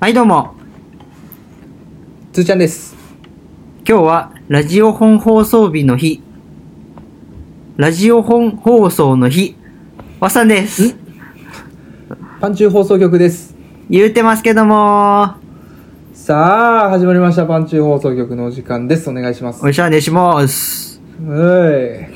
はいどうもつーちゃんです。今日はラジオ本放送日の日ラジオ本放送の日わっさんですパンチュー放送局です。言うてますけどもさあ、始まりました。パンチュー放送局のお時間です。お願いします。お願いしますは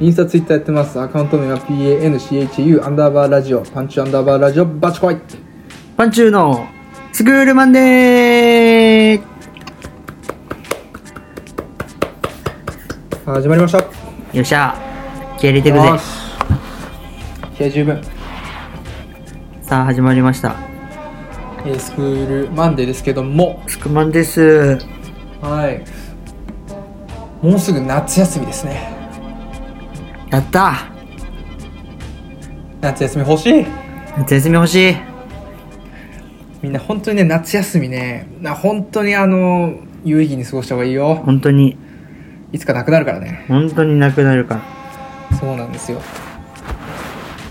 い。インスタ、ツイッターやってます。アカウント名は PANCHU アンダーバーラジオ、パンチューアンダーバーラジオ、バチコイパンチューのスクールマンデー始まりました。よよっしゃ気合入れてくぜーし。気合十分。さあ始まりましたえースクールマンデーですけども、スクマンですはい。もうすぐ夏休みですね。やった夏休み欲しい夏休み欲しいみんな本当にね、夏休みね、な本当にあの、有意義に過ごした方がいいよ。本当にいつかなくなるからね。本当になくなるからそうなんですよ。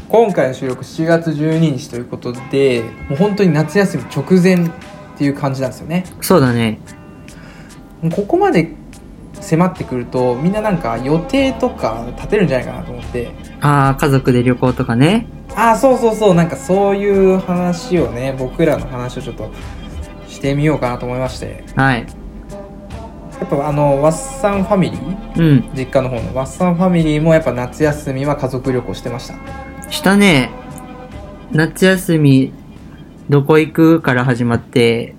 今回の収録7月12日ということで、もう本当に夏休み直前っていう感じなんですよね。そうだねもうここまで迫ってくると、みんななんか予定とか立てるんじゃないかなと思って、ああ家族で旅行とかねああ、そうそうそう、なんかそういう話をね、僕らの話をちょっとしてみようかなと思いまして、はいやっぱあの、ワッサンファミリーうん実家の方のワッサンファミリーもやっぱ夏休みは家族旅行してました。したね夏休みどこ行くから始まって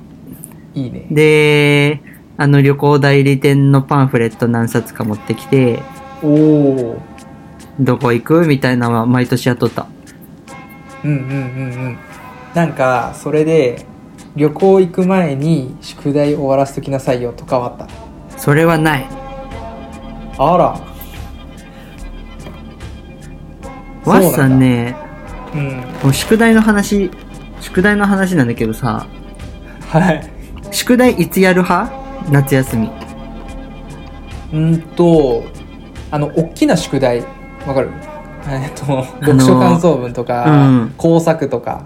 いいね。であの旅行代理店のパンフレット何冊か持ってきておお。どこ行くみたいなのは毎年やっとったうんうんうんうんなんかそれで旅行行く前に宿題終わらせときなさいよとかはあっそれはないたあらワッさんねうんもう宿題の話宿題の話なんだけどさはい宿題いつやる派夏休みうんとあの大きな宿題わかるえっとのー読書感想文とか、うん工作とか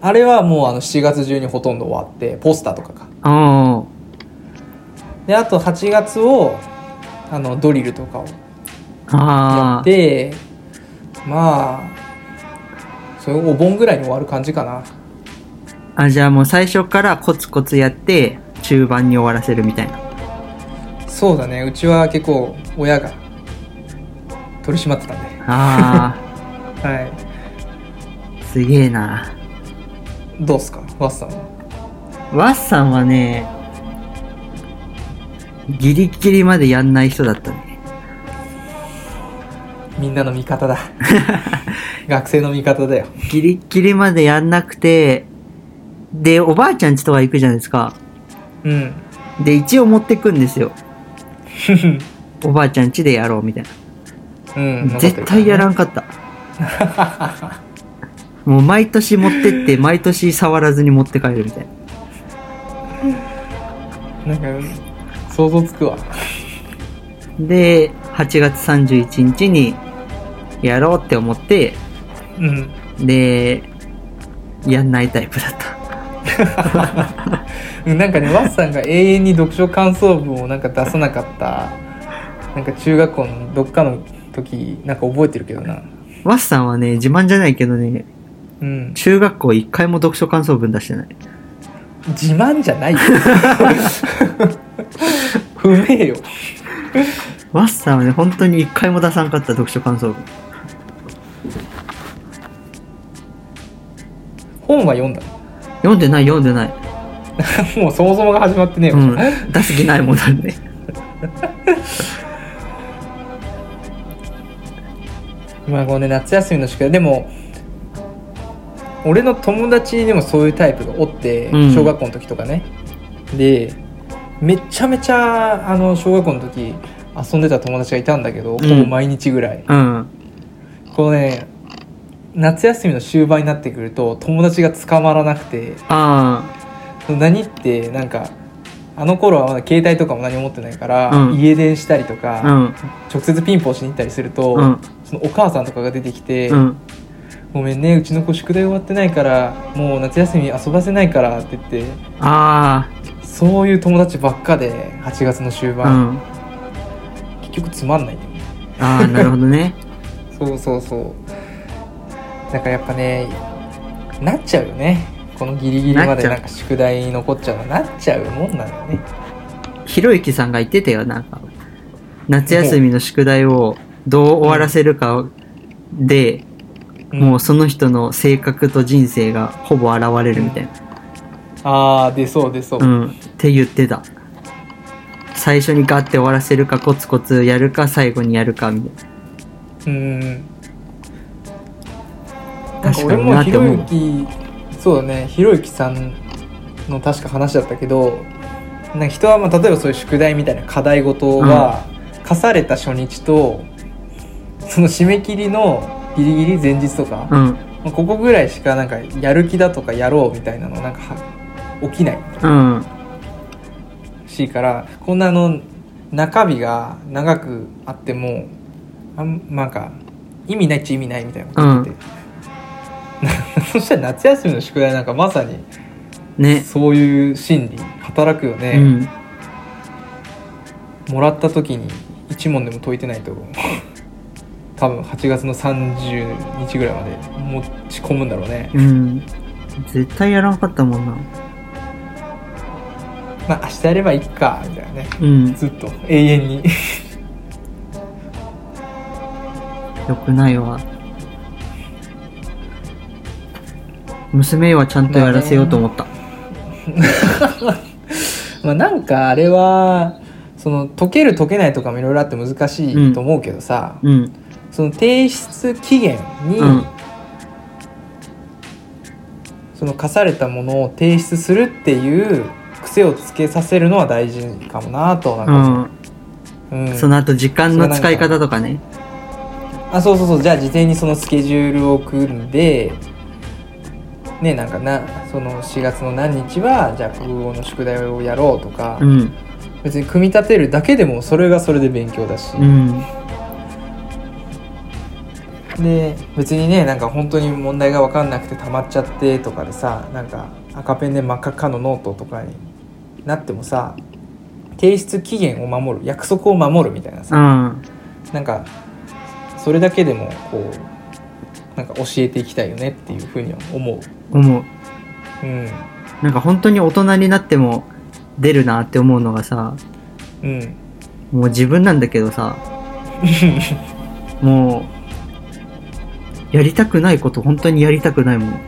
あれはもうあの7月中にほとんど終わってポスターとかかああであと8月をあのドリルとかをやあっあてまあそれお盆ぐらいに終わる感じかなあじゃあもう最初からコツコツやって中盤に終わらせるみたいなそうだねうちは結構親が取り締まってたんであはあすげえないどうっすかワッサンはワッさんはねギリギリまでやんない人だったねみんなの味方 だ学生の味方だよギリギリまでやんなくてでおばあちゃんちとか行くじゃないですかうんで一応持ってくんですよおばあちゃん家でやろうみたいうんな絶対やらんんかったもう毎年持ってって毎年触らずに持って帰るみたいななんか想像つくわで8月31日にやろうって思ってうんでやんないタイプだったうんなんかねワッサンが永遠に読書感想文をなんか出さなかったなんか中学校のどっかの時なんか覚えてるけどなワッさんはね自慢じゃないけどねうん中学校一回も読書感想文出してない自慢じゃ ないよ不明よワッさんはね本当に一回も出さんかった読書感想文本は読んだ読んでない読んでない もうそもそもが始まってねえわ、うん出す気ないもんだねまあこのね夏休みの宿題でも俺の友達にでもそういうタイプがおってうん小学校の時とかね、でめちゃめちゃあの小学校の時遊んでた友達がいたんだけど、ほぼ毎日ぐらいうんこうね夏休みの終盤になってくると友達が捕まらなくてあ何ってなんかあの頃はまだ携帯とかも何も持ってないから、うん家電したりとあか、うん直接ピンポンしに行ったりすると、うんそのお母さんとかが出てきて、うんごめんねうちの子宿題終わってないからもう夏休み遊ばせないからって言ってあそういう友達ばっかで8月の終あ、う盤、ん。結局つまんないんだよねああ、なるほどね。 そうそうそうだからやっぱねなっちゃうよねこのギリギリまなっちでゃうなんか宿題残っちゃうのなっちゃうもんなのよねひろゆきさんが言ってたよ、なんか。夏休みの宿題をどう終わらせるかで、うんもうその人の性格と人生がほぼ現れるみたいな。ああ出そう出そう、うん。って言ってた。最初にガッて終わらせるか、コツコツやるか、最後にやるか、みたいうん。なんか確か俺になもっひてろ思うゆき、そうだね、ひろゆきさんの確か話だったけど、なんか人はまあ例えばそういう宿題みたいな課題事は、課された初日と、その締め切りのギリギリ前日とか、な。うん。まあここぐらいしかなんかやる気だとかやろうみたいなのなんかは起きないうん。しからこんなあの中日が長くあってもあんなんか意味ないっちゃ意味ないみたいなこと言ってて、 そしたら夏休みの宿題なんかまさにね。そういう心理働くようね、ん。もらった時に一問でも解いてないと多分8月の30日ぐらいまで持ち込むんだろうね、うん。絶対やらんかったもんな。まあ明日やればいいかみたいなねうん。ずっと永遠によくないわ。娘はちゃんとやらせようと思った。まあなんかあれはその解ける解けないとかもいろいろあって難しいと思うけどさ、うん。その提出期限に、うんその課されたものを提出するっていう癖をつけさせるのは大事かもなとなんうか、ん。うんその後時間の使い方とかね。あそうそうそうじゃあ事前にそのスケジュールを組んでねなんかなその4月の何日はじゃあ国語の宿題をやろうとか、うん。別に組み立てるだけでもそれがそれで勉強だし、うん。で別にねなんか本当に問題が分かんなくて溜まっちゃってとかでさなんか赤ペンで真っ赤っかのノートとかになってもさ提出期限を守る約束を守るみたいなうさ、ん。なんかそれだけでもこうなんか教えていきたいよねっていうふうには思う。思う。うんなんか本当に大人になっても出るなって思うのがさ、うん、もう自分なんだけどさ、もう、やりたくないこと本当にやりたくないもん。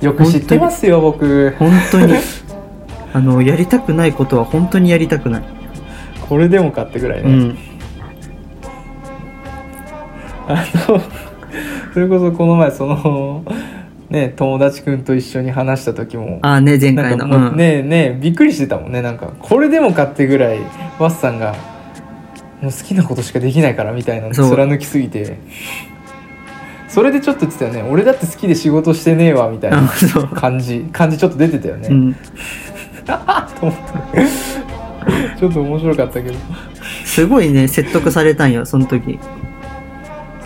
よく知ってますよ僕本当 に。あの、やりたくないことは本当にやりたくない。これでもかってぐらいね、うん。あのそれこそこの前そのね友達くんと一緒に話した時もああね、前な回んかの。もう。うんねえねえびっくりしてたもんねなんかこれでもかってぐらいワッさんがもう好きなことしかできないからみたいなのそう貫きすぎてそれでちょっと言ってたよね俺だって好きで仕事してねえわみたいあなそう。感じ感じちょっと出てたよね、うん。 と思ってちょっと面白かったけどすごいね、説得されたんよ、その時。継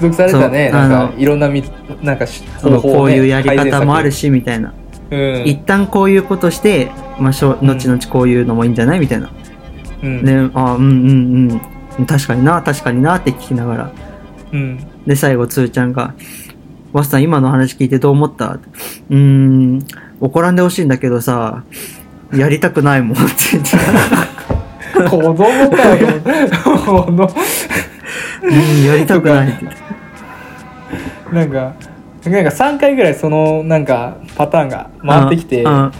続されたねそうなんあのかいろんなみなんかそのこういうやり方もあるし、し、みたいな。うん一旦こういうことして、まあ、しょうん後々こういうのもいいんじゃないみたいな。うんで、あうんうんうん。確かにな、確かになって聞きながら。うんで、最後、つーちゃんが、ワッさん、今の話聞いてどう思ったうーん、怒らんでほしいんだけどさ、やりたくないもんって言って、子供か よこのうん、やりたくないって言って。なんかなんか3回ぐらいそのなんかパターンが回ってきてうんうん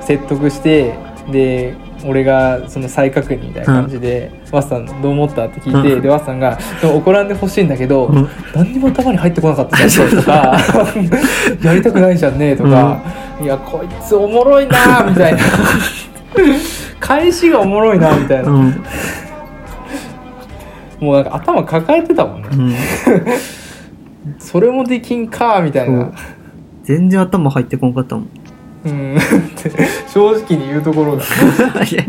説得してで俺がその再確認みたいな感じで「ワッさんどう思った?」って聞いて、うんでワッさんが「その怒らんでほしいんだけど、うん何にも頭に入ってこなかったじゃん」とか 「やりたくないじゃんね」とか「いやこいつおもろいな」みたいな「返しがおもろいな」みたいな、うんもうなんか頭抱えてたもんね、うん それもできんかみたいな。そう全然頭入ってこんかったもん。 うん、って正直に言うところがいや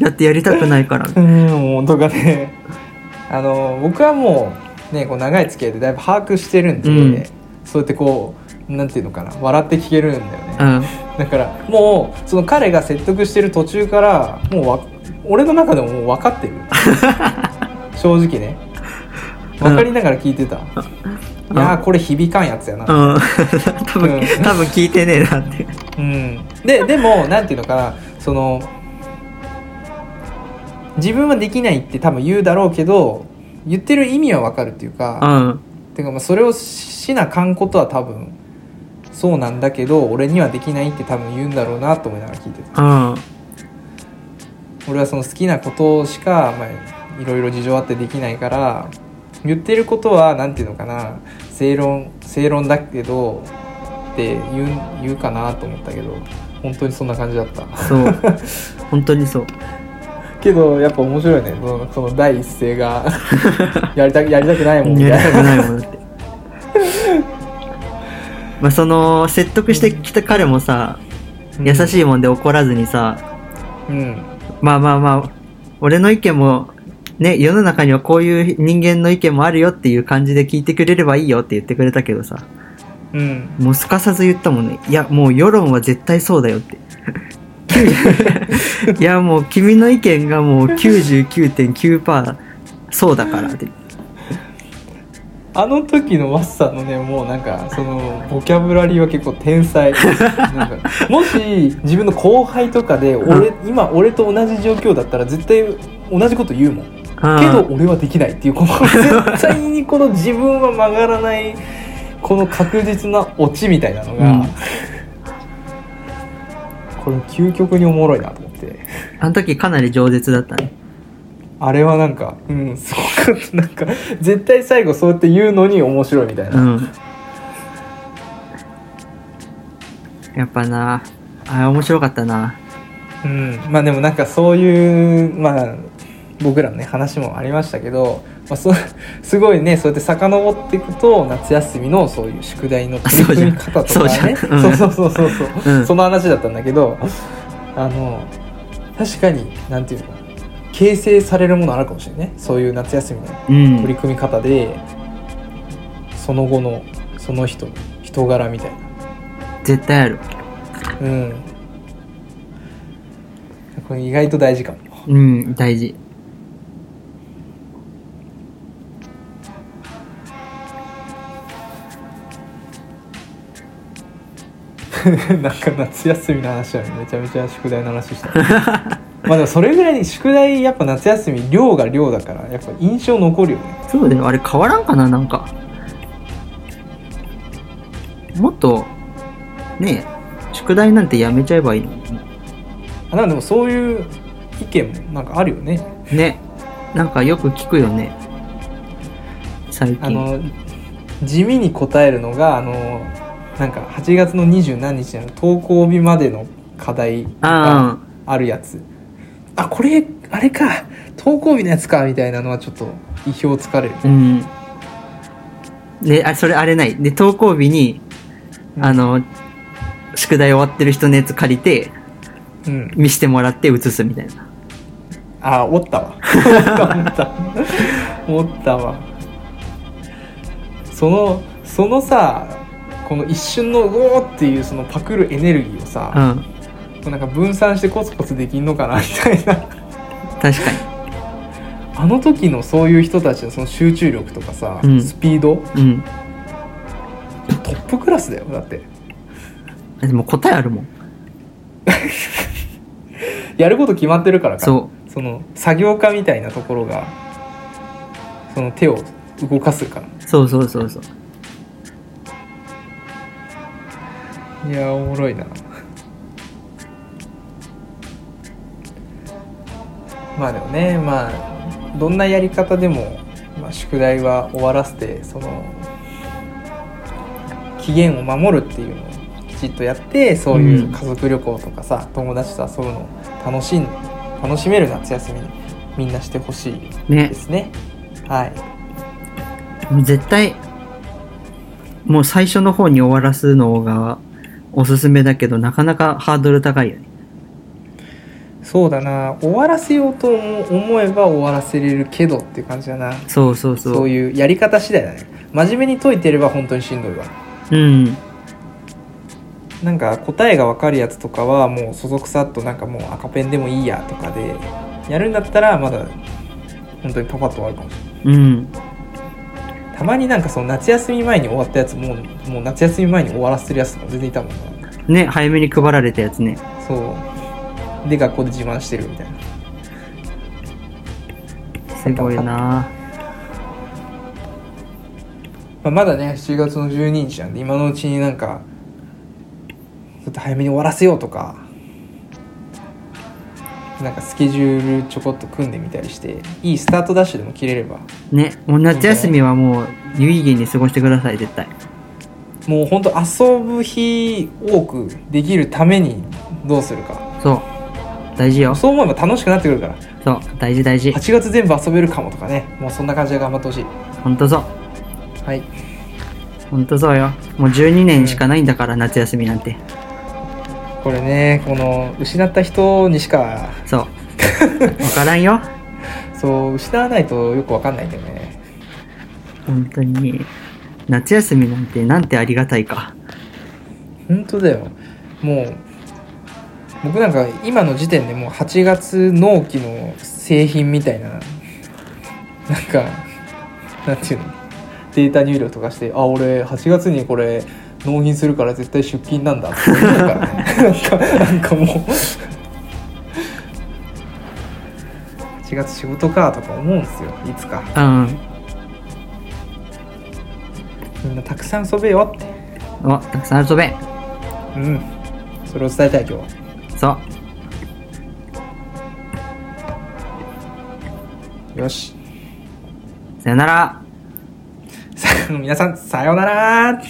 だってやりたくないから。うんもうとかねあの僕はもうね、こう長い付き合いでだいぶ把握してるんで、うんそうやってこうなんていうのかな笑って聞けるんだよね、うん。だからもうその彼が説得してる途中からもうわ俺の中でももう分 かってる正直ね分かりながら聞いてた、うんいやーこれ響かんやつやな、うん。多分、多分聞いてねえなって。うん、ででもなんていうのかなその自分はできないって多分言うだろうけど言ってる意味は分かるっていううかん。てかまあそれをしなかんことは多分そうなんだけど俺にはできないって多分言うんだろうなと思いながら聞いてたうん。俺はその好きなことしか、まあ、いろいろ事情あってできないから言ってることはなんていうのかな正論正論だけどって言う言うかなと思ったけど本当にそんな感じだった。そう。本当にそう。けどやっぱ面白いねそのその第一 声がやりたくやりたくないもんみやたりたいくないもんだって。まあその説得してきた彼もさな優しいもんで怒らずにさうんまあまあまあ俺の意見もね世の中にはこういう人間の意見もあるよっていう感じで聞いてくれればいいよって言ってくれたけどさうんもうすかさず言ったもんねいやもう世論は絶対そうだよっていやもう君の意見がもう99.9%そうだからってあの時のワッサンのねもうなんかそのボキャブラリーは結構天才なん かもし自分の後輩とかで俺今俺と同じ状況だったら絶対同じこと言うもんけけど俺はできないっていうこの絶対にこの自分は曲がらないこの確実なオチみたいなのが、うんこれ究極におもろいなと思って。あの時かなり饒舌だったね。あれはなんか、うん、すごかった。なんか、絶対最後そうやって言うのに面白いみたいうな。ん。やっぱな、あれ面白かったな。うん。まあでもなんかそういう、まあ、僕らのね、話もありましたけど、まあ、そうすごいね、そうやって遡っていくと、夏休みのそういう宿題の取り組み方とそうじゃかんね、そうじゃんそうそうそうそうそう、うんその話だったんだけど、あの、確かに、なんていうのかな、形成されるものあるかもしれないね。そういう夏休みのうん。取り組み方でその後のその人人柄みたい絶対ある。なうんこれ意外と大事かも うん、大事。なんか夏休みの話はめちゃめちゃ宿題の話した まあでもそれぐらいに宿題やっぱ夏休み量が量だからやっぱ印象残るよねそうだよ。あれ変わらんかな、なんか。もっと、ねえ、宿題なんてやめちゃえばいいのにあなんかでもそういう意見もなんかあるよねね。なんかよく聞くよね。最あ近。の地味に答えるのがあのなんか8月の二十何日の登校日までの課題がああるやつあこれあれか登校日のやつかみたいなのはちょっと意表をつかれるあ、うん。で、あ、それあれない。で、登校日に、あの、宿題終わってる人のやつ借りて、うん見してもらって写すみたいな。あおったわ おったおったおったわそのそのさこの一瞬のうおーっていうそのパクるエネルギーをさ、うん。なんか分散してコツコツできんのかなみたいな確かあの時のそういう人たちのその集中力とかさ、うんスピードに。うん。トップクラスだよだってでも答えあるもん。やること決まってるからかそその作業家みたいなところがその手を動かすかう。そうそうそうそう。らいやーおもろいなまあでもねまあどんなやり方でも、まあ、宿題は終わらせてその期限を守るっていうのをきちっとやってそういう家族旅行とかさ、友達と遊ぶのを楽しん楽しめる夏休みにみんなしてほしいねで。すね。はいもう絶対、もう最初の方に終わらすのがおすすめだけど、なかなかハードル高いよね。そうだな終わらせようと思えば終わらせれるけどっていう感じだなそうそうそうそういうやり方次第だね真面目に解いてれば本当にしんどいわうんなんか答えが分かるやつとかはもうそそくさっとなんかもう赤ペンでもいいやとかでやるんだったらまだ本当にパパッと終わるかもしれうんないたまになんかその夏休み前に終わったやつもうもう夏休み前に終わらせてるやつとか全然いたもんなね早めに配られたやつねそうで学校で自慢してるみたいなすごいなまあ、まだね7月の12日なんで今のうちになんかちょっと早めに終わらせようとかなんかスケジュールちょこっと組んでみたりしていいスタートダッシュでも切れればねもう夏休みはもう有意義に過ごしてください絶対もうほんと遊ぶ日多くできるためにどうするかそう大事よそう思えば楽しくなってくるからそう大事大事8月全部遊べるかもとかねもうそんな感じで頑張ってほしいほんとそうはいほんとそうよもう12年しかないんだから、夏休みなんてこれねこの失った人にしかそうわからんよそう失わないとよくわかんないんだよね本当に夏休みなんてなんてありがたいか本当だよもう僕なんか今の時点でもう8月納期の製品みたいななんかなんていうのデータ入力とかしてあ俺8月にこれ納品するから絶対出勤なんだって思うからねなんかなんかもう8月仕事かとか思うんですよいつかうんみんなたくさん遊べよっておたくさん遊べうんそれを伝えたい今日はそうよしさよならさ皆さんさようなら